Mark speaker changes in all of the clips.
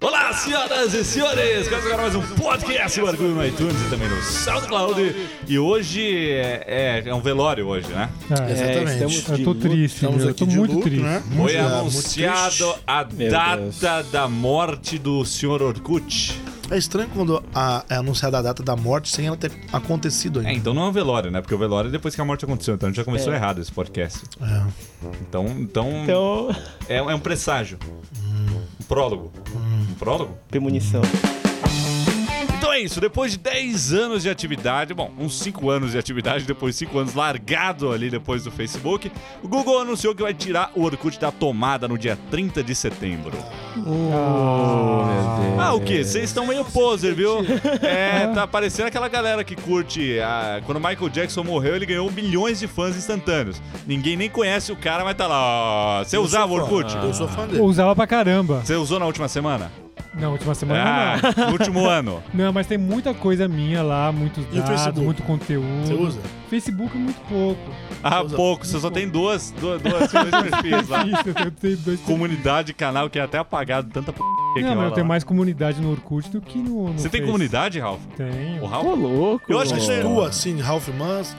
Speaker 1: Olá, senhoras e senhores! Começa agora mais um podcast Barulho no iTunes e também no SoundCloud. E hoje é, é um velório hoje, né?
Speaker 2: É,
Speaker 3: Exatamente.
Speaker 2: eu tô triste,
Speaker 3: Estamos
Speaker 2: meu, eu
Speaker 3: aqui
Speaker 2: tô
Speaker 3: de
Speaker 2: muito
Speaker 3: luto,
Speaker 2: triste.
Speaker 3: né?
Speaker 1: Foi
Speaker 3: É, muito triste.
Speaker 1: anunciado a
Speaker 4: Meu
Speaker 1: data da morte do senhor Orkut.
Speaker 3: É estranho quando a- é anunciada a data da morte sem ela ter acontecido
Speaker 1: É,
Speaker 3: ainda.
Speaker 1: então não é um velório, né? Porque o velório é depois que a morte aconteceu. Então a gente já começou errado esse podcast.
Speaker 3: É.
Speaker 1: Então, então,
Speaker 4: Então,
Speaker 1: É, é um presságio. Um prólogo. Um prólogo?
Speaker 4: premonição.
Speaker 1: Então é isso, depois de 10 anos de atividade, bom, uns 5 anos de atividade, depois 5 anos largado ali depois do Facebook, o Google anunciou que vai tirar o Orkut da tomada no dia 30 de setembro. Ah, o quê? Vocês estão meio poser, viu? É, tá parecendo aquela galera que curte. ah, quando o Michael Jackson morreu, ele ganhou milhões de fãs instantâneos. Ninguém nem conhece o cara, mas tá lá. ó, Você usava o Orkut?
Speaker 3: Eu sou fã
Speaker 2: Eu
Speaker 3: dele.
Speaker 2: usava pra caramba.
Speaker 1: Você usou na última semana?
Speaker 2: Na última semana
Speaker 1: Ah, no último ano.
Speaker 2: não. Não, mas tem muita coisa minha lá, muitos
Speaker 3: E o
Speaker 2: dados,
Speaker 3: Facebook?
Speaker 2: muito conteúdo.
Speaker 3: Você usa?
Speaker 2: Facebook muito pouco.
Speaker 1: Ah,
Speaker 3: Você usa-
Speaker 1: pouco, você só tem duas, duas, duas, dois perfis lá.
Speaker 2: Isso, eu tenho dois.
Speaker 1: Comunidade, canal que é até apagado, tanta p que
Speaker 2: não, mas
Speaker 1: rola
Speaker 2: eu tenho
Speaker 1: lá.
Speaker 2: mais comunidade no Orkut do que no. no
Speaker 1: Você tem
Speaker 2: Face.
Speaker 1: comunidade, Ralph? O
Speaker 2: Tenho.
Speaker 4: Ô,
Speaker 1: Ralph?
Speaker 4: louco.
Speaker 1: Eu acho que isso é-
Speaker 3: Tua, sim, assim, Ralph Musk.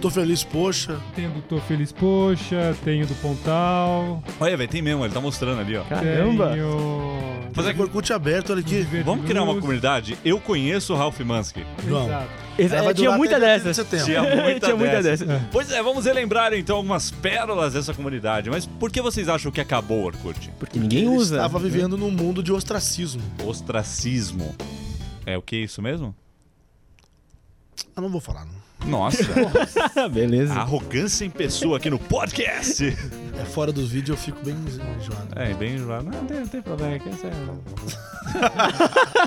Speaker 3: Tô feliz, poxa.
Speaker 2: Tenho do Tô Feliz Poxa, tenho do Pontal.
Speaker 1: Olha, velho, tem mesmo, ele tá mostrando ali, ó.
Speaker 4: Caramba.
Speaker 2: Tenho.
Speaker 1: Fazer
Speaker 3: Fazer Orkut é aberto, olha aqui.
Speaker 2: Verde
Speaker 1: Vamos criar uma
Speaker 2: Luz.
Speaker 1: comunidade? Eu conheço o Ralph Mansky.
Speaker 3: João.
Speaker 2: Exato.
Speaker 4: Exa-
Speaker 3: Ela vai
Speaker 4: É, tinha
Speaker 3: durar
Speaker 4: muita
Speaker 3: até dia 30 de
Speaker 4: dessas.
Speaker 3: setembro.
Speaker 1: Tinha muita,
Speaker 4: Tinha muita
Speaker 1: dessas.
Speaker 2: dessas. É.
Speaker 1: Pois é, vamos relembrar então algumas pérolas dessa comunidade. Mas por que vocês acham que acabou o Orkut?
Speaker 4: Porque ninguém
Speaker 3: Ele
Speaker 4: usa.
Speaker 3: estava vivendo num mundo de ostracismo.
Speaker 1: Ostracismo. É o que isso mesmo?
Speaker 3: Eu não vou falar, não.
Speaker 1: Nossa,
Speaker 4: Ah, beleza.
Speaker 1: a arrogância em pessoa aqui no podcast.
Speaker 3: É fora dos vídeos, eu fico bem enjoado.
Speaker 1: É, bem enjoado. Não, tem, tem problema é aqui. Essa...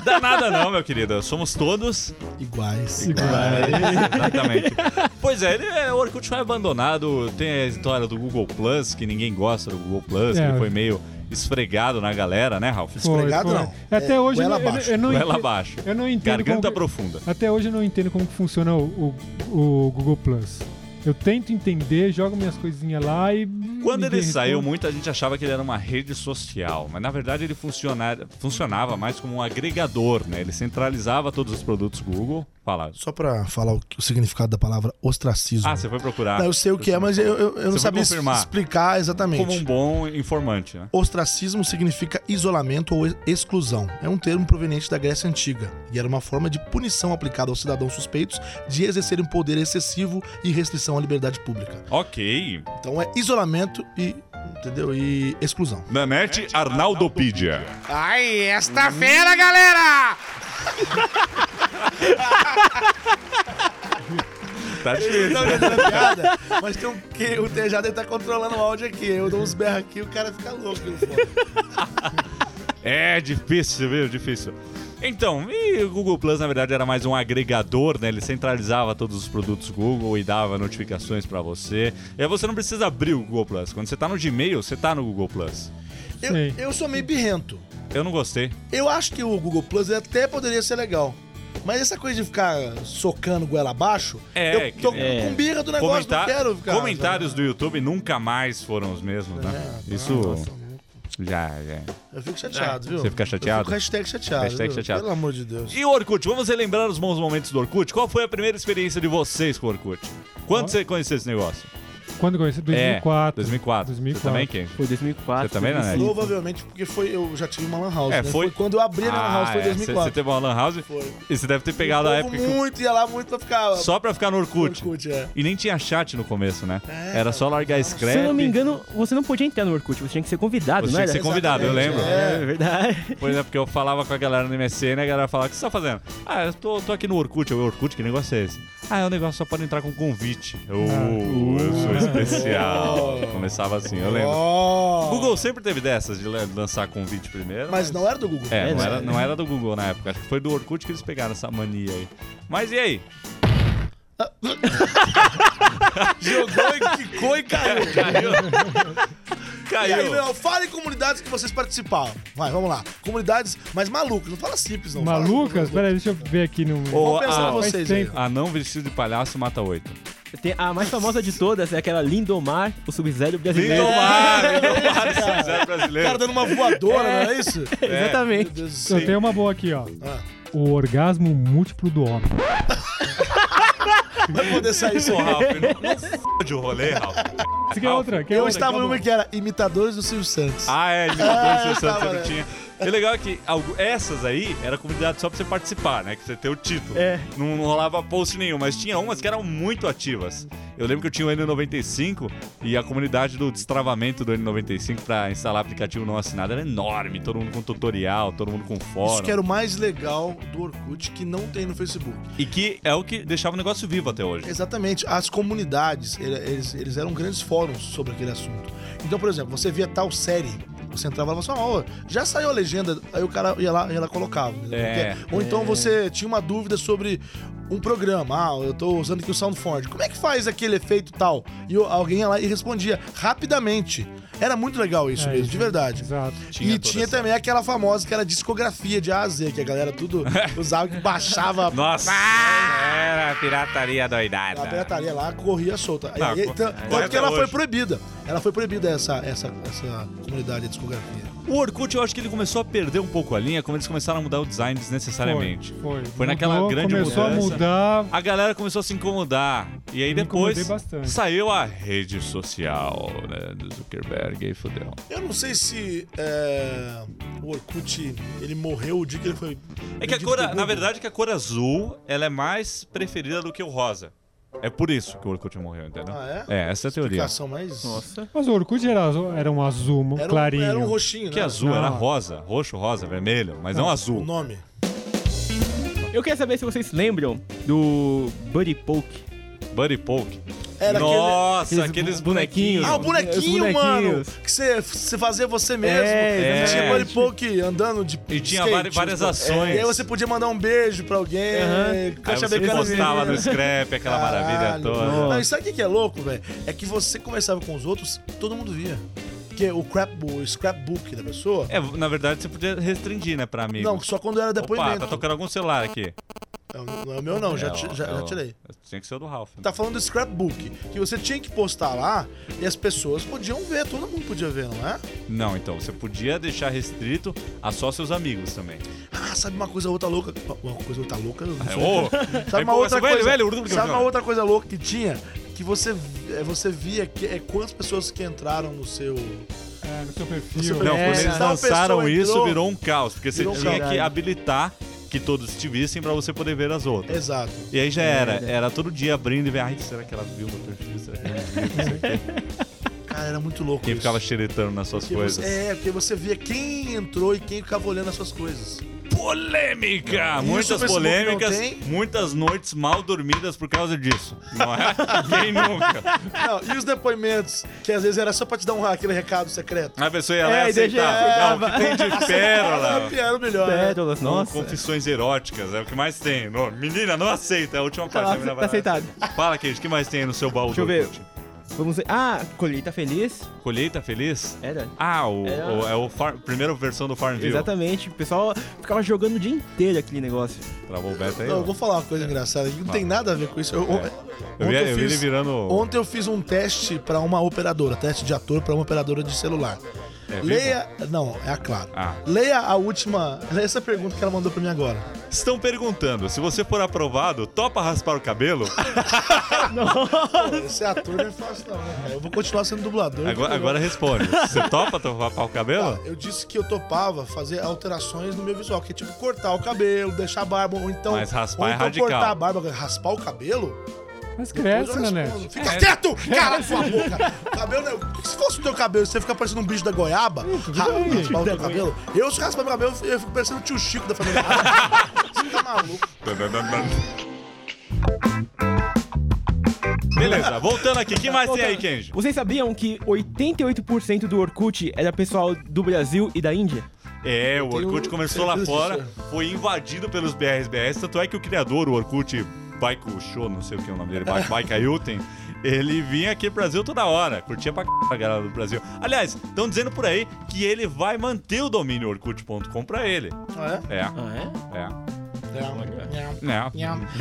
Speaker 1: Dá nada não, meu querido. Somos todos
Speaker 3: Iguais.
Speaker 1: Ah, é Exatamente. pois é, ele, é, o Orkut foi abandonado. Tem a história do Google Plus, que ninguém gosta do Google Plus,
Speaker 2: É.
Speaker 1: que ele foi meio esfregado na galera, né, Ralph?
Speaker 2: Foi,
Speaker 3: Esfregado,
Speaker 2: foi.
Speaker 3: não.
Speaker 2: Até
Speaker 3: É,
Speaker 2: hoje eu, não- eu
Speaker 3: goela
Speaker 2: não-
Speaker 3: abaixo.
Speaker 2: eu não
Speaker 1: Goela
Speaker 2: entendo-
Speaker 1: abaixo.
Speaker 2: Eu não entendo como
Speaker 1: Garganta
Speaker 2: que-
Speaker 1: profunda.
Speaker 2: Até hoje eu não entendo como que funciona o, o- o Google Plus. Eu tento entender, jogo minhas coisinhas lá e.
Speaker 1: Quando
Speaker 2: ninguém
Speaker 1: ele saiu,
Speaker 2: responde.
Speaker 1: muita gente achava que ele era uma rede social, mas na verdade ele funciona- funcionava mais como um agregador, né? Ele centralizava todos os produtos Google. Fala.
Speaker 3: Só pra falar o, que- o significado da palavra ostracismo.
Speaker 1: Ah, você foi procurar.
Speaker 3: Não, eu sei o que é, mas eu, eu, eu não
Speaker 1: Você
Speaker 3: sabia
Speaker 1: vai confirmar.
Speaker 3: explicar exatamente.
Speaker 1: Como um bom informante, né?
Speaker 3: Ostracismo significa isolamento ou ex- exclusão. É um termo proveniente da Grécia Antiga e era uma forma de punição aplicada aos cidadãos suspeitos de exercerem poder excessivo e restrição à liberdade pública.
Speaker 1: Ok.
Speaker 3: Então é isolamento e. entendeu? E exclusão.
Speaker 1: Nanete Arnaldo Pidia.
Speaker 5: Ai, esta fera, galera!
Speaker 1: Tá difícil. né?
Speaker 3: piada, mas tem um que o Tejada tá controlando o áudio aqui. Eu dou uns berros aqui o cara fica louco.
Speaker 1: É difícil, viu? Difícil. Então, e o Google Plus, na verdade, era mais um agregador, né? Ele centralizava todos os produtos Google e dava notificações pra você. E aí você não precisa abrir o Google Plus. Quando você tá no Gmail, você tá no Google Plus.
Speaker 3: Eu,
Speaker 2: Sim.
Speaker 3: eu sou meio birrento.
Speaker 1: Eu não gostei.
Speaker 3: Eu acho que o Google Plus até poderia ser legal. Mas essa coisa de ficar socando goela abaixo,
Speaker 1: É,
Speaker 3: eu tô
Speaker 1: que-
Speaker 4: é.
Speaker 3: com birra do negócio,
Speaker 1: Comenta-
Speaker 3: não quero ficar.
Speaker 1: Comentários do YouTube nunca mais foram os mesmos,
Speaker 3: É,
Speaker 1: né?
Speaker 3: tá,
Speaker 1: Isso
Speaker 3: nossa,
Speaker 1: já, já.
Speaker 3: eu fico chateado, viu?
Speaker 1: É, Você fica chateado?
Speaker 3: Eu fico hashtag chateado.
Speaker 1: Hashtag
Speaker 3: viu?
Speaker 1: chateado.
Speaker 3: Pelo amor de Deus.
Speaker 1: E o Orkut? Vamos relembrar os bons momentos do Orkut? Qual foi a primeira experiência de vocês com o Orkut? Quando você conheceu esse negócio?
Speaker 2: Quando conheci?
Speaker 1: É,
Speaker 2: 2004.
Speaker 1: 2004. Você
Speaker 2: 2004.
Speaker 1: também, quem?
Speaker 4: Foi 2004.
Speaker 1: Você também, né, Neto?
Speaker 3: Provavelmente porque foi, eu já tive uma Lan House.
Speaker 1: É,
Speaker 3: né?
Speaker 1: foi-
Speaker 3: quando eu abri a Lan House, foi
Speaker 1: é,
Speaker 3: em
Speaker 1: você- Você
Speaker 3: 2004.
Speaker 1: teve uma Lan House?
Speaker 3: Foi.
Speaker 1: E você deve ter pegado a
Speaker 3: O
Speaker 1: época
Speaker 3: povo
Speaker 1: que
Speaker 3: muito, ia lá muito pra ficar.
Speaker 1: Só pra ficar no Orkut.
Speaker 3: Orkut, é.
Speaker 1: E nem tinha chat no começo, né?
Speaker 3: É, né?
Speaker 1: Era só largar scrap.
Speaker 4: Se eu não me engano, você não podia entrar no Orkut, você tinha que ser convidado,
Speaker 1: Você tinha
Speaker 4: não
Speaker 1: que
Speaker 4: era?
Speaker 1: ser convidado, eu
Speaker 3: Exatamente,
Speaker 1: lembro.
Speaker 4: É verdade.
Speaker 1: Pois é, porque eu falava com a galera no MSN, a galera falava, o que você tá fazendo? Ah, eu tô, tô aqui no Orkut. Eu, Orkut, que negócio é esse? Ah, é um negócio só pode entrar com convite. Eu,
Speaker 3: Ah.
Speaker 1: eu sou
Speaker 3: Uh.
Speaker 1: especial. Começava assim, eu lembro.
Speaker 3: Ó.
Speaker 1: O Google sempre teve dessas, de lan- lançar convite primeiro.
Speaker 3: Oh. Mas não era do Google.
Speaker 1: É,
Speaker 4: É,
Speaker 1: não
Speaker 4: né?
Speaker 1: era, não era do Google na época. Acho que foi do Orkut que eles pegaram essa mania aí. Mas e aí?
Speaker 3: Jogou e quicou e caiu.
Speaker 1: Caiu.
Speaker 3: E aí,
Speaker 1: Caiu.
Speaker 3: meu, fale comunidades que vocês participaram. Vai, vamos lá. Comunidades mais malucas. Não fala simples, não. Fala-
Speaker 2: Malucas? Peraí, deixa eu ver aqui no.
Speaker 1: Ô,
Speaker 3: Vamos pensar
Speaker 1: ah,
Speaker 3: em vocês
Speaker 2: faz
Speaker 3: aí.
Speaker 2: tempo.
Speaker 1: Ah, não vestido de palhaço mata oito.
Speaker 4: Tem a mais famosa de todas é aquela Lindomar, o Sub-Zero brasileiro.
Speaker 1: Lindomar, Lindomar, se quiser
Speaker 3: O cara
Speaker 1: brasileiro.
Speaker 3: dando uma voadora, não é isso?
Speaker 4: Exatamente.
Speaker 3: Meu
Speaker 1: é.
Speaker 3: Deus do
Speaker 2: Eu
Speaker 3: céu.
Speaker 2: tenho uma boa aqui, ó.
Speaker 3: Ah,
Speaker 2: O orgasmo múltiplo do homem.
Speaker 3: vai poder sair isso
Speaker 1: Pô, Ralph, não, não fode o rolê, Ralph.
Speaker 2: Você quer é outra? Quer
Speaker 3: Eu
Speaker 2: outra?
Speaker 3: estava
Speaker 2: Acabou.
Speaker 3: numa que era imitadores do Silvio Santos.
Speaker 1: Ah, é, ele mandou
Speaker 3: Então Ah,
Speaker 1: o seu Santos,
Speaker 3: tava,
Speaker 1: você não
Speaker 3: né?
Speaker 1: tinha. E o legal é que algu- essas aí era comunidade só pra você participar, né? Que você ter o título.
Speaker 4: É.
Speaker 1: Não, não rolava post nenhum, mas tinha umas que eram muito ativas. Eu lembro que eu tinha o N95 e a comunidade do destravamento do N95 pra instalar aplicativo não assinado era enorme. Todo mundo com tutorial, todo mundo com fórum.
Speaker 3: Isso que era o mais legal do Orkut, que não tem no Facebook.
Speaker 1: E que é o que deixava o negócio vivo até hoje.
Speaker 3: Exatamente. As comunidades, ele- eles, eles eram grandes fóruns sobre aquele assunto. Então, por exemplo, você via tal série, você entrava lá e falava assim, ó, já saiu a legenda, aí o cara ia lá e ela colocava. entendeu?
Speaker 1: É.
Speaker 3: Ou então você tinha uma dúvida sobre um programa, ah, eu tô usando aqui o SoundForge, como é que faz aquele efeito tal? E o- alguém ia lá e respondia rapidamente. Era muito legal isso
Speaker 2: É,
Speaker 3: mesmo, de verdade.
Speaker 2: Exato.
Speaker 1: Tinha
Speaker 3: e
Speaker 1: toda
Speaker 3: tinha
Speaker 1: essa-
Speaker 3: também aquela famosa que era discografia de A a Z, que a galera tudo usava, que baixava
Speaker 1: Nossa! Era pirataria doidada.
Speaker 3: a pirataria lá corria solta.
Speaker 1: É, Tá,
Speaker 3: E- e-
Speaker 1: co-
Speaker 3: tan-
Speaker 1: corre
Speaker 3: tanto que
Speaker 1: até
Speaker 3: ela foi
Speaker 1: hoje.
Speaker 3: proibida. Ela foi proibida, essa, essa, essa comunidade de discografia.
Speaker 1: O Orkut, eu acho que ele começou a perder um pouco a linha quando eles começaram a mudar o design desnecessariamente.
Speaker 2: Foi. Foi,
Speaker 1: Foi naquela grande
Speaker 2: começou
Speaker 1: mudança.
Speaker 2: a mudar.
Speaker 1: A galera começou a se incomodar. E aí
Speaker 2: Me incomodei
Speaker 1: depois
Speaker 2: bastante.
Speaker 1: saiu a rede social né, do Zuckerberg e aí fodeu.
Speaker 3: Eu não sei se é, o Orkut ele morreu o dia que ele foi.
Speaker 1: É que a
Speaker 3: vendido
Speaker 1: cor,
Speaker 3: pro Google.
Speaker 1: na verdade, que a cor azul ela é mais preferida do que o rosa. É por isso que o Orkut morreu, entendeu?
Speaker 3: Ah, é?
Speaker 1: É, essa é a teoria.
Speaker 3: Explicação, mas.
Speaker 4: Nossa.
Speaker 2: Mas o Orkut era, azul- era um azul
Speaker 3: Era um,
Speaker 2: clarinho. É,
Speaker 3: era um roxinho, né?
Speaker 1: Que azul
Speaker 2: Não.
Speaker 1: era rosa, roxo, rosa, vermelho, mas não
Speaker 3: O
Speaker 1: azul.
Speaker 3: nome.
Speaker 4: Eu queria saber se vocês lembram do Buddy Poke.
Speaker 1: Buddy Polk.
Speaker 3: Era aquele-
Speaker 1: Nossa, aqueles bonequinhos.
Speaker 3: Ah, o bonequinho,
Speaker 4: Os
Speaker 3: mano!
Speaker 4: bonequinhos.
Speaker 3: Que você você fazia você mesmo.
Speaker 4: É,
Speaker 3: E tinha
Speaker 1: exatamente.
Speaker 3: Buddy Poke andando de
Speaker 1: E tinha
Speaker 3: skate,
Speaker 1: várias- várias
Speaker 3: tipo,
Speaker 1: ações.
Speaker 3: E aí você podia mandar um beijo pra alguém.
Speaker 4: Aham.
Speaker 1: É, Aí
Speaker 3: Caixa
Speaker 1: você
Speaker 3: becana
Speaker 1: postava
Speaker 3: menina.
Speaker 1: no scrap, aquela maravilha
Speaker 3: Caralho.
Speaker 1: toda.
Speaker 4: nossa.
Speaker 3: Não, e sabe o que que é louco, velho? É que você conversava com os outros, todo mundo via. Porque o, crap, o scrapbook da pessoa.
Speaker 1: É, na verdade, você podia restringir, né, pra amigos.
Speaker 3: Não, só quando era
Speaker 1: Opa,
Speaker 3: depoimento.
Speaker 1: tá tocando algum celular aqui.
Speaker 3: É, Não é o meu, não, já,
Speaker 1: É,
Speaker 3: ti-
Speaker 1: ó,
Speaker 3: já-
Speaker 1: é,
Speaker 3: já
Speaker 1: ó.
Speaker 3: tirei.
Speaker 1: Tinha que ser o do Ralph. né?
Speaker 3: Tá falando do scrapbook, que você tinha que postar lá e as pessoas podiam ver, todo mundo podia ver, não é?
Speaker 1: Não, então, você podia deixar restrito a só seus amigos também. É,
Speaker 3: Ah, sabe uma coisa outra louca? Uma coisa outra louca? eu não sei.
Speaker 1: Ô,
Speaker 3: Sabe uma
Speaker 1: empolgação, velho,
Speaker 3: outra coisa?
Speaker 1: velho,
Speaker 3: sabe uma outra coisa louca que tinha? Que você, é, você via que, é, quantas pessoas que entraram no seu.
Speaker 2: É, no seu perfil.
Speaker 3: Você
Speaker 1: Não,
Speaker 3: É,
Speaker 1: quando eles
Speaker 3: tal
Speaker 1: lançaram
Speaker 3: pessoa
Speaker 1: isso,
Speaker 3: entrou.
Speaker 1: virou um caos. Porque você
Speaker 3: Virou um
Speaker 1: tinha
Speaker 3: caos.
Speaker 1: que habilitar que todos te vissem pra você poder ver as outras.
Speaker 3: Exato.
Speaker 1: E aí já era.
Speaker 3: É.
Speaker 1: Era todo dia abrindo e vendo, ai, será que ela viu meu perfil? Será que ela não viu? Não sei o quê.
Speaker 3: Cara, era muito louco.
Speaker 1: Quem
Speaker 3: isso.
Speaker 1: ficava xeretando nas suas
Speaker 3: Porque
Speaker 1: coisas.
Speaker 3: Você, é, porque você via quem entrou e quem ficava olhando as suas coisas.
Speaker 1: Polêmica!
Speaker 3: Isso o
Speaker 1: Muitas
Speaker 3: Facebook
Speaker 1: polêmicas,
Speaker 3: não tem?
Speaker 1: muitas noites mal dormidas por causa disso. Não é? Quem nunca?
Speaker 3: Não, e os depoimentos, que às vezes era só pra te dar um, aquele recado secreto.
Speaker 1: A pessoa ia lá
Speaker 4: É,
Speaker 1: e
Speaker 4: e deixa-
Speaker 1: aceitava. Não, o que tem de pérola?
Speaker 3: Era o melhor. né?
Speaker 4: Pérolas, nossa.
Speaker 1: Confissões eróticas, é o que mais tem. No- menina, não aceita, é a última parte.
Speaker 4: Tá,
Speaker 1: a menina
Speaker 4: tá aceitado.
Speaker 1: Fala, Kate, o que mais tem aí no seu baú
Speaker 4: Deixa
Speaker 1: do
Speaker 4: eu ver.
Speaker 1: Orkut?
Speaker 4: Vamos ver. Ah, Colheita Feliz.
Speaker 1: Colheita Feliz?
Speaker 4: Era.
Speaker 1: Ah, o,
Speaker 4: É.
Speaker 1: o- é o far, primeira versão do Farmville.
Speaker 4: Exatamente. O pessoal ficava jogando o dia inteiro aquele negócio.
Speaker 1: Travou o Beto aí?
Speaker 3: Não,
Speaker 1: ó.
Speaker 3: eu vou falar uma coisa engraçada, que não tem nada a ver com isso. Eu-
Speaker 1: É. Eu,
Speaker 3: ontem
Speaker 1: vi,
Speaker 3: eu
Speaker 1: eu vi ele
Speaker 3: fiz-
Speaker 1: virando.
Speaker 3: Ontem eu fiz um teste pra uma operadora, teste de ator pra uma operadora de celular.
Speaker 1: É, vivo?
Speaker 3: Leia. Não, é a Claro.
Speaker 1: Ah.
Speaker 3: Leia a última. Leia essa pergunta que ela mandou pra mim agora.
Speaker 1: Estão perguntando: se você for aprovado, topa raspar o cabelo?
Speaker 3: Esse ator não é fácil, não, né, cara? Eu vou continuar sendo dublador.
Speaker 1: Agora,
Speaker 3: porque-
Speaker 1: agora responde. Você topa topar o cabelo?
Speaker 3: Ah, eu disse que eu topava fazer alterações no meu visual, que é tipo cortar o cabelo, deixar a barba, ou então.
Speaker 1: Mas raspar
Speaker 3: ou
Speaker 1: é
Speaker 3: então
Speaker 1: radical.
Speaker 3: cortar a barba, raspar o cabelo?
Speaker 2: Mas
Speaker 3: depois eu
Speaker 2: cresce, né,
Speaker 3: respondo.
Speaker 2: Nete?
Speaker 1: É.
Speaker 3: Fica quieto! Cara, por favor, cara. Cabelo é. Se fosse o teu cabelo, você fica parecendo um bicho da goiaba, ra-
Speaker 2: bem.
Speaker 3: raspar o teu cabelo. Eu, se raspar meu cabelo, eu fico parecendo o tio Chico da família. Adams. Você tá maluco?
Speaker 1: Beleza, voltando aqui. O que mais tem aí, Kenji?
Speaker 4: Vocês sabiam que 88% do Orkut era pessoal do Brasil e da Índia?
Speaker 1: É, o Orkut
Speaker 3: tenho
Speaker 1: começou lá
Speaker 3: certeza
Speaker 1: fora,
Speaker 3: disso. é.
Speaker 1: foi invadido pelos BRBS, tanto é que o criador, o Orkut Baikusho, não sei o que é o nome dele, Baikayuten, Ele vinha aqui pro Brasil toda hora. Curtia pra c... a galera do Brasil. Aliás, estão dizendo por aí que ele vai manter o domínio Orkut.com pra ele.
Speaker 3: É?
Speaker 1: É,
Speaker 4: Ah, é?
Speaker 1: é.
Speaker 3: É.
Speaker 1: Né?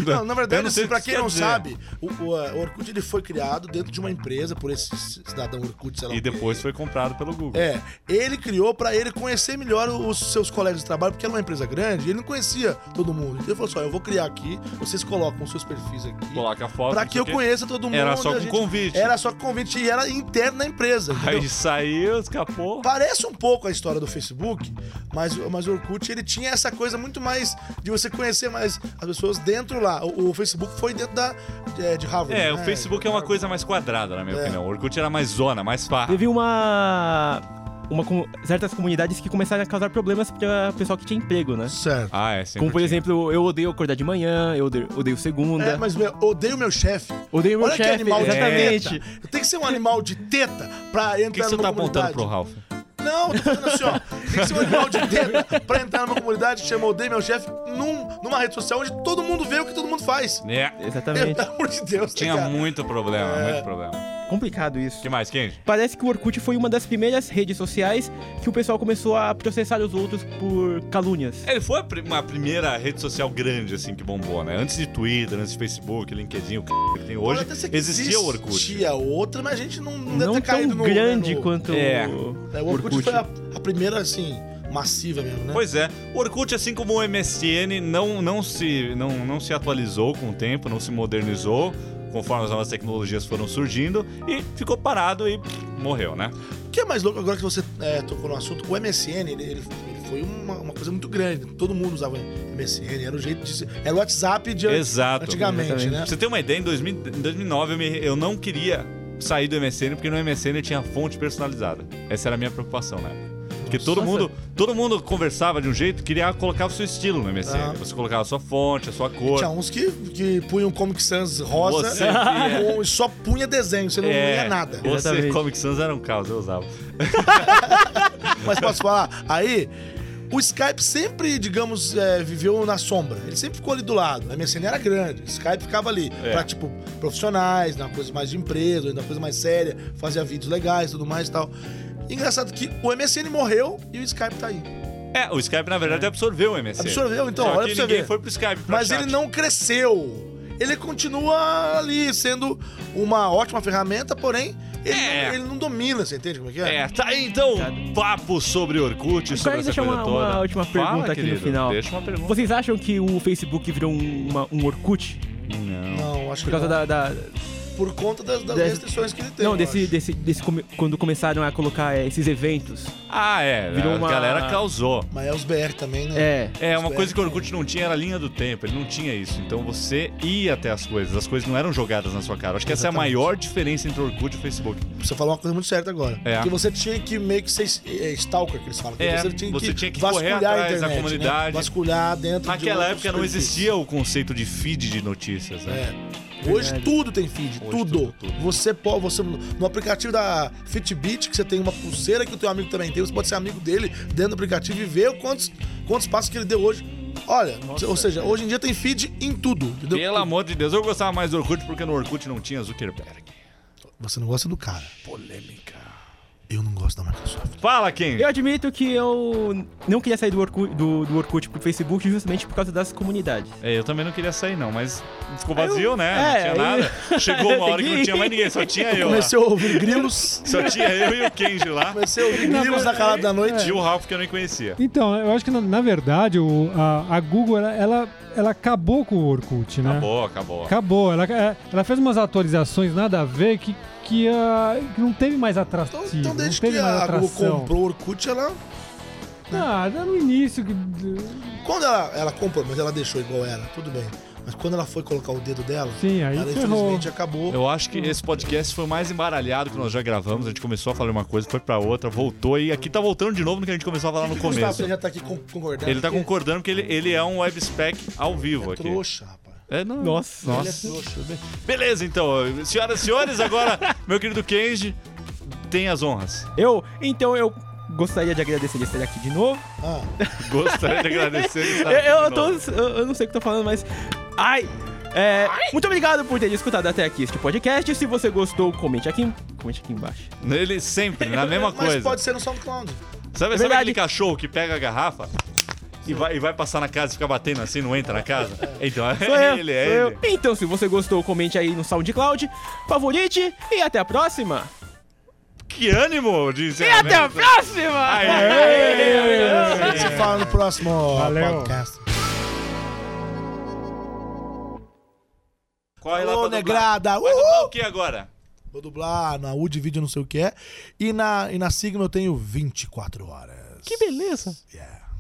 Speaker 3: Não, na
Speaker 1: Eu
Speaker 3: verdade,
Speaker 1: não sei
Speaker 3: assim,
Speaker 1: o que
Speaker 3: pra
Speaker 1: isso
Speaker 3: quem
Speaker 1: quer
Speaker 3: não
Speaker 1: dizer.
Speaker 3: sabe, o, o, eh, o Orkut ele foi criado dentro de uma empresa por esse c- cidadão Orkut, sei lá.
Speaker 1: E
Speaker 3: o quê.
Speaker 1: depois foi comprado pelo Google.
Speaker 3: É, ele criou pra ele conhecer melhor os seus colegas de trabalho, porque era uma empresa grande e ele não conhecia todo mundo. Então ele falou assim: ó, eu vou criar aqui, vocês colocam os seus perfis aqui.
Speaker 1: Coloca a foto.
Speaker 3: Pra
Speaker 1: não
Speaker 3: que
Speaker 1: sei
Speaker 3: eu
Speaker 1: o quê.
Speaker 3: conheça todo mundo.
Speaker 1: Era só
Speaker 3: a
Speaker 1: com convite.
Speaker 3: Era só com convite e era interno da empresa. entendeu?
Speaker 1: Aí saiu, escapou.
Speaker 3: Parece um pouco a história do Facebook, mas, mas o Orkut ele tinha essa coisa muito mais de você conhecer mais as pessoas dentro lá. O, o Facebook foi dentro da, é, de Harvard.
Speaker 1: É,
Speaker 3: né?
Speaker 1: o Facebook é uma coisa mais quadrada, na minha
Speaker 3: É.
Speaker 1: opinião. O Orkut era mais zona, mais farra.
Speaker 4: Teve uma. uma com- certas comunidades que começaram a causar problemas pra pessoal que tinha emprego, né?
Speaker 3: Certo.
Speaker 1: Ah, é, sempre
Speaker 4: Como, por
Speaker 1: tinha.
Speaker 4: exemplo, eu odeio acordar de manhã, eu odeio, odeio segunda,
Speaker 3: É, mas meu, odeio meu chefe.
Speaker 4: odeio meu
Speaker 3: Olha que
Speaker 4: chefe,
Speaker 3: animal
Speaker 4: exatamente.
Speaker 3: de teta. Tem que ser um animal de teta pra
Speaker 1: Por que
Speaker 3: entrar
Speaker 1: você
Speaker 3: numa
Speaker 1: tá apontando
Speaker 3: comunidade.
Speaker 1: pro Ralph?
Speaker 3: Não, tô falando assim, ó. Tem que ser um animal de teta pra entrar numa comunidade que chama Odeio Meu Chefe num, numa rede social onde todo mundo vê o que todo mundo faz.
Speaker 1: É.
Speaker 4: Exatamente.
Speaker 3: Pelo amor de Deus, né,
Speaker 1: Tinha
Speaker 3: cara?
Speaker 1: muito problema,
Speaker 3: É.
Speaker 1: muito problema.
Speaker 4: Complicado
Speaker 1: O
Speaker 4: isso.
Speaker 1: que mais, Kenji?
Speaker 4: Parece que o Orkut foi uma das primeiras redes sociais que o pessoal começou a processar os outros por
Speaker 3: É,
Speaker 4: calúnias.
Speaker 1: Ele foi a pri- uma primeira rede social grande, assim, que bombou, né? Antes de Twitter, antes de Facebook, LinkedIn, o c... que tem
Speaker 3: Pode
Speaker 1: hoje,
Speaker 3: até ser que
Speaker 1: existia o Orkut.
Speaker 3: Existia outra, mas a gente não, não deve
Speaker 4: Não
Speaker 3: ter
Speaker 4: tão
Speaker 3: caído tá no...
Speaker 4: grande
Speaker 3: no-
Speaker 4: quanto
Speaker 1: É.
Speaker 4: o
Speaker 3: É, o Orkut, foi a, a primeira, assim, massiva mesmo, né?
Speaker 1: Pois é, o Orkut, assim como o MSN, não, não, se, não, não se atualizou com o tempo, não se modernizou, conforme as novas tecnologias foram surgindo, e ficou parado e pff, morreu, né?
Speaker 3: O que é mais louco agora que você é, tocou no assunto? O MSN, ele, ele- ele foi uma, uma coisa muito grande. Todo mundo usava MSN, era o jeito de... se- Era o WhatsApp de an-
Speaker 1: Exato.
Speaker 3: antigamente, né?
Speaker 1: Pra você ter uma ideia, em 2000 em 2009 eu, me- eu não queria sair do MSN porque no MSN eu tinha fonte personalizada. Essa era a minha preocupação na época. Porque todo
Speaker 4: Nossa.
Speaker 1: mundo, todo mundo conversava de um jeito, queria colocar o seu estilo no MSN.
Speaker 3: Ah.
Speaker 1: Você colocava a sua fonte, a sua cor.
Speaker 3: Tinha um, uns que, que punham Comic Sans rosa
Speaker 1: Você via. É.
Speaker 3: com- e só punha desenho, você não via nada.
Speaker 1: Você,
Speaker 4: Exatamente.
Speaker 1: Comic Sans era um caos, eu usava.
Speaker 3: Mas posso falar? Aí, o Skype sempre, digamos, é, viveu na sombra. Ele sempre ficou ali do lado. A MSN era grande. O Skype ficava ali
Speaker 1: É.
Speaker 3: pra, tipo, profissionais, na coisa mais de empresa, na coisa mais séria, fazia vídeos legais tudo mais e tal. Engraçado que o MSN morreu e o Skype tá aí.
Speaker 1: É, o Skype na verdade absorveu o MSN.
Speaker 3: Absorveu, então,
Speaker 1: Só
Speaker 3: olha
Speaker 1: que
Speaker 3: pra você
Speaker 1: ninguém
Speaker 3: ver.
Speaker 1: foi pro Skype. pra
Speaker 3: Mas
Speaker 1: chat.
Speaker 3: ele não cresceu. Ele continua ali sendo uma ótima ferramenta, porém, ele,
Speaker 1: É.
Speaker 3: ele não domina, você entende como é que é?
Speaker 1: É, tá aí então um papo sobre Orkut,
Speaker 4: Eu
Speaker 1: sobre
Speaker 4: quero
Speaker 1: essa
Speaker 4: deixar
Speaker 1: coisa
Speaker 4: uma,
Speaker 1: toda.
Speaker 4: uma última
Speaker 1: Fala,
Speaker 4: pergunta aqui
Speaker 1: querido,
Speaker 4: no final.
Speaker 1: Deixa uma pergunta.
Speaker 4: Vocês acham que o Facebook virou um, uma- um Orkut
Speaker 1: Não.
Speaker 3: Não, acho que
Speaker 4: por causa
Speaker 3: não.
Speaker 4: da, da-
Speaker 3: por conta das, das
Speaker 4: Desse-
Speaker 3: restrições que ele tem.
Speaker 4: não
Speaker 3: eu
Speaker 4: desse,
Speaker 3: acho.
Speaker 4: desse, desse come- quando começaram a colocar é, esses eventos?
Speaker 1: Ah, é. a
Speaker 4: Virou uma-
Speaker 1: galera causou.
Speaker 3: Mas é os BR também, né?
Speaker 4: É.
Speaker 1: É, uma
Speaker 3: Isso é.
Speaker 1: coisa que o Orkut não tinha era a linha do tempo, ele não tinha isso. Então você ia até as coisas, as coisas não eram jogadas na sua cara. Acho que essa é a
Speaker 3: Exatamente.
Speaker 1: maior diferença entre o Orkut e o Facebook.
Speaker 3: Você falou uma coisa muito certa agora.
Speaker 1: É.
Speaker 3: Que você tinha que meio que ser é, stalker, que eles falam. Que
Speaker 1: É,
Speaker 3: você tinha
Speaker 1: você
Speaker 3: que,
Speaker 1: tinha que correr
Speaker 3: vasculhar a
Speaker 1: atrás da
Speaker 3: internet,
Speaker 1: comunidade.
Speaker 3: Né? Vasculhar dentro
Speaker 1: Naquela
Speaker 3: de
Speaker 1: época não existia o conceito de feed de notícias, né?
Speaker 3: É. Hoje
Speaker 4: Verdade.
Speaker 3: tudo tem feed,
Speaker 1: Hoje
Speaker 3: tudo.
Speaker 1: tudo, tudo.
Speaker 3: Você pode, você no aplicativo da Fitbit que você tem uma pulseira que o teu amigo também tem, você pode ser amigo dele dentro do aplicativo e ver quantos quantos passos que ele deu hoje. Olha, ou seja, hoje em dia tem feed em tudo, entendeu?
Speaker 1: Pelo amor de Deus, eu gostava mais do Orkut porque no Orkut não tinha Zuckerberg.
Speaker 3: Você não gosta do cara.
Speaker 1: Polêmica.
Speaker 3: Eu não gosto da Microsoft.
Speaker 1: Fala, quem?
Speaker 4: Eu admito que eu não queria sair do Orkut, do, do Orkut pro Facebook justamente por causa das comunidades.
Speaker 1: É, eu também não queria sair, não, mas ficou vazio, né?
Speaker 4: é,
Speaker 1: não tinha
Speaker 4: aí-
Speaker 1: nada. Chegou uma hora que não tinha mais ninguém, só tinha eu. lá.
Speaker 3: Comecei a ouvir grilos.
Speaker 1: Só tinha eu e o Kenji lá.
Speaker 3: Comecei a ouvir grilos na
Speaker 2: é,
Speaker 3: calada da noite.
Speaker 1: E o Ralph que eu nem conhecia.
Speaker 2: Então, eu acho que na, na verdade o- a, a Google ela, ela, ela acabou com o Orkut,
Speaker 3: É.
Speaker 2: né?
Speaker 1: Acabou, acabou.
Speaker 2: Acabou. Ela, é, ela fez umas atualizações nada a ver que, que, ah, que não teve mais atrativo.
Speaker 3: Então, então desde
Speaker 2: não teve
Speaker 3: que
Speaker 2: mais
Speaker 3: a Google
Speaker 2: atração.
Speaker 3: comprou né? o Orkut, ela.
Speaker 2: Ah, era no início. que-
Speaker 3: Quando ela, ela comprou, mas ela deixou igual era, tudo bem. Mas quando ela foi colocar o dedo dela,
Speaker 2: Sim, aí
Speaker 3: ela
Speaker 2: ferrou.
Speaker 3: infelizmente acabou.
Speaker 1: Eu acho que esse podcast foi o mais embaralhado que nós já gravamos. A gente começou a falar uma coisa, foi pra outra, voltou e aqui tá voltando de novo no que a gente começou a falar no
Speaker 3: Gustavo,
Speaker 1: começo.
Speaker 3: Ele já tá aqui con- concordando.
Speaker 1: Ele tá
Speaker 3: porque
Speaker 1: concordando que ele, ele é um webspec ao vivo
Speaker 3: é
Speaker 1: aqui.
Speaker 3: trouxa, rapaz.
Speaker 1: É, não.
Speaker 4: Nossa.
Speaker 3: Ele é
Speaker 1: Nossa.
Speaker 3: trouxa.
Speaker 1: Beleza, então. Senhoras e senhores, agora, meu querido Kenji, tem as honras.
Speaker 4: Eu, então eu gostaria de agradecer de estar aqui de novo.
Speaker 3: Ah,
Speaker 1: Gostaria de agradecer. de estar
Speaker 4: Eu,
Speaker 1: aqui de
Speaker 4: eu,
Speaker 1: novo.
Speaker 4: tô- eu- eu não sei o que eu tô falando, mas. Ai! É, muito obrigado por ter escutado até aqui este podcast. Se você gostou, comente aqui, comente aqui embaixo.
Speaker 1: Ele sempre, na mesma
Speaker 3: Ah, Mas
Speaker 1: coisa.
Speaker 3: pode ser no SoundCloud.
Speaker 1: Sabe, sabe
Speaker 4: verdade.
Speaker 1: aquele cachorro que pega a garrafa e vai, e vai passar na casa e fica batendo assim, não entra na casa? Então é
Speaker 4: Sou eu,
Speaker 1: ele,
Speaker 4: sou
Speaker 1: é
Speaker 4: eu.
Speaker 1: ele.
Speaker 4: Então, se você gostou, comente aí no SoundCloud, favorite e até a próxima.
Speaker 1: Que ânimo de
Speaker 4: E até a
Speaker 1: encerramento.
Speaker 4: próxima!
Speaker 1: Aê!
Speaker 3: Se fala no próximo
Speaker 2: É. Valeu.
Speaker 3: podcast.
Speaker 1: Corre lá
Speaker 3: Ô,
Speaker 1: pra dublar.
Speaker 3: negrada!
Speaker 1: Vai
Speaker 3: Uhul!
Speaker 1: dublar o que agora?
Speaker 3: Vou dublar na UD Vídeo, não sei o que é. E na, e na Sigma eu tenho 24 horas.
Speaker 4: Que beleza!
Speaker 3: Yeah.